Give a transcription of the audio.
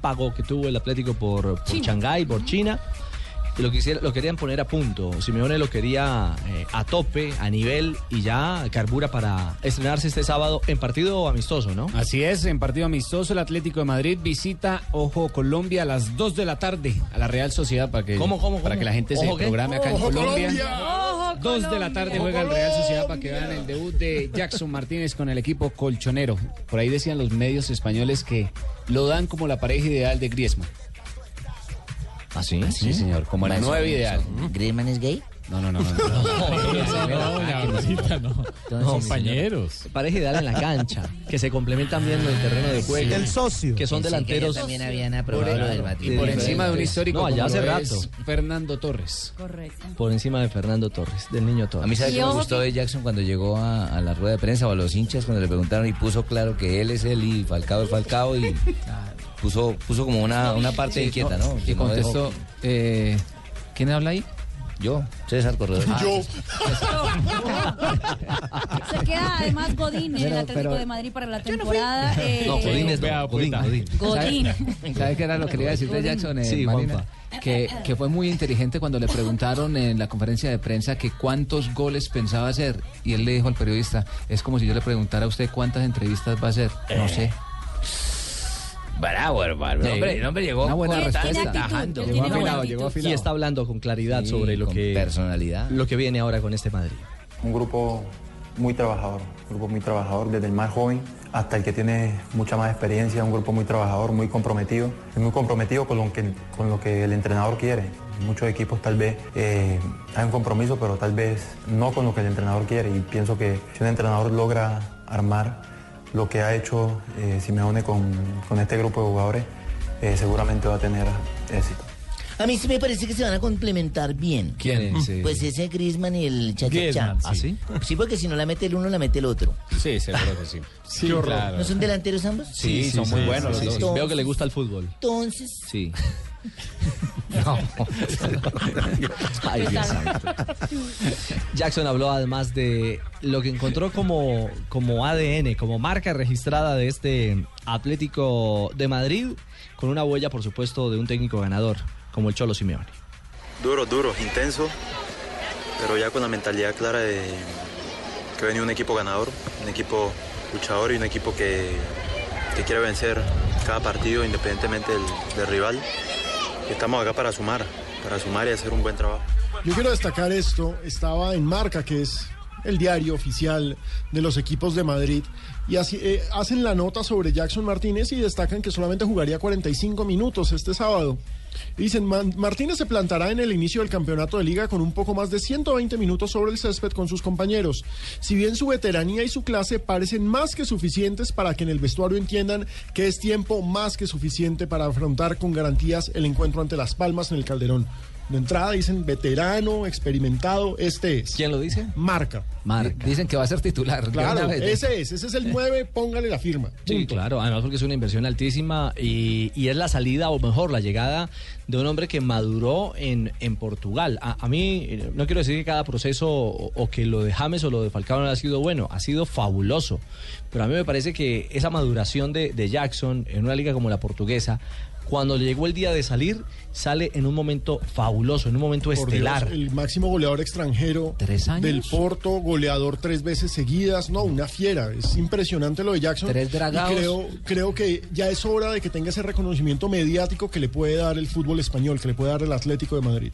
pago que tuvo el Atlético por, por Shanghái, por China. Y lo, quisiera, lo querían poner a punto. Simeone lo quería eh, a tope, a nivel y ya carbura para estrenarse este sábado en partido amistoso, ¿no? Así es, en partido amistoso el Atlético de Madrid visita Ojo Colombia a las 2 de la tarde a la Real Sociedad para que, ¿Cómo, cómo, Para cómo? que la gente se ¿Ojo qué? programe acá en ¡Ojo, Colombia. Colombia! 2 de la tarde juega el Real Sociedad para que vean el debut de Jackson Martínez con el equipo colchonero. Por ahí decían los medios españoles que lo dan como la pareja ideal de Griezmann. Así, Sí, señor, como la nueva ideal. ¿Griezmann es gay? No, no, no, no. no. No, la bracita, no. Entonces, Compañeros. Pareja ideal en la cancha, que se complementan bien en el terreno de juego. El socio. que son Pensé delanteros. Que ellos también habían aprobado lo del Madrid. Y por encima de un histórico No, allá como hace lo rato. es Fernando Torres. Correcto. por encima de Fernando Torres, del niño Torres. A mí sabe Y que me ojo gustó que- de Jackson cuando llegó a, a la rueda de prensa o a los hinchas cuando le preguntaron y puso claro que él es él y Falcao es Falcao y puso puso como una, una parte inquieta, ¿no? Que Y Pues no contestó, dejó- eh, ¿quién habla ahí? yo, César Corredor. Yo. Se queda además Godín en el Atlético de Madrid para la temporada. eh, No, Godín es no, Godín, Godín. Godín. ¿Sabes qué era lo que le iba a decir de Jackson? eh, Sí, Marina? Juanpa. Que, que fue muy inteligente cuando le preguntaron en la conferencia de prensa que cuántos goles pensaba hacer. Y él le dijo al periodista, es como si yo le preguntara a usted cuántas entrevistas va a hacer. Eh. No sé. Bravo, hermano. El hombre, el hombre llegó Una buena con- respuesta. Tiene actitud, tajando. él tiene buena actitud. Y está hablando con claridad Sí, sobre lo con que, personalidad. lo que viene ahora con este Madrid. Un grupo muy trabajador, un grupo muy trabajador, desde el más joven hasta el que tiene mucha más experiencia, un grupo muy trabajador, muy comprometido, Es muy comprometido con lo que, con lo que el entrenador quiere. En Muchos equipos tal vez eh, hay un compromiso, pero tal vez no con lo que el entrenador quiere. Y pienso que si un entrenador logra armar lo que ha hecho eh, Simeone con, con este grupo de jugadores, eh, seguramente va a tener éxito. A mí sí me parece que se van a complementar bien. ¿Quién es? eh? Pues ese Griezmann y el Chachachá. Griezmann, sí. Sí, porque si no la mete el uno, la mete el otro. Sí, seguro que sí. Sí, claro. ¿No son delanteros ambos? Sí, son muy buenos los sí, dos. sí. Veo que le gusta el fútbol. Entonces, Sí. Ay, Dios santo. Jackson habló además de lo que encontró como, como ADN, como marca registrada de este Atlético de Madrid, con una huella, por supuesto, de un técnico ganador, como el Cholo Simeone. Duro, duro, intenso, pero ya con la mentalidad clara de que venía un equipo ganador, un equipo luchador y un equipo que, que quiere vencer cada partido independientemente del, del rival. Y Estamos acá para sumar, para sumar y hacer un buen trabajo. Yo quiero destacar esto, estaba en Marca, que es el diario oficial de los equipos de Madrid, y así, eh, hacen la nota sobre Jackson Martínez y destacan que solamente jugaría 45 minutos este sábado. Y Dicen, "Man- Martínez se plantará en el inicio del campeonato de liga con un poco más de 120 minutos sobre el césped con sus compañeros. Si bien su veteranía y su clase parecen más que suficientes para que en el vestuario entiendan que es tiempo más que suficiente para afrontar con garantías el encuentro ante Las Palmas en el Calderón. De entrada dicen veterano, experimentado, este es. ¿Quién lo dice? Marca. Marca. Dicen que va a ser titular. de Claro, una vez. ese es, ese es el 9, póngale la firma. Sí, claro, además porque es una inversión altísima y, y es la salida, o mejor, la llegada de un hombre que maduró en, en Portugal. A, a mí, eh, no quiero decir que cada proceso o, o que lo de James o lo de Falcao no ha sido bueno, ha sido fabuloso, pero a mí me parece que esa maduración de, de Jackson en una liga como la portuguesa, cuando llegó el día de salir, sale en un momento fabuloso, en un momento Por pues estelar. Dios, el máximo goleador extranjero ¿Tres años? del Porto, goleador tres veces seguidas, no, una fiera. Es impresionante lo de Jackson. Tres dragados. Y Creo, creo que ya es hora de que tenga ese reconocimiento mediático que le puede dar el fútbol español, que le puede dar el Atlético de Madrid.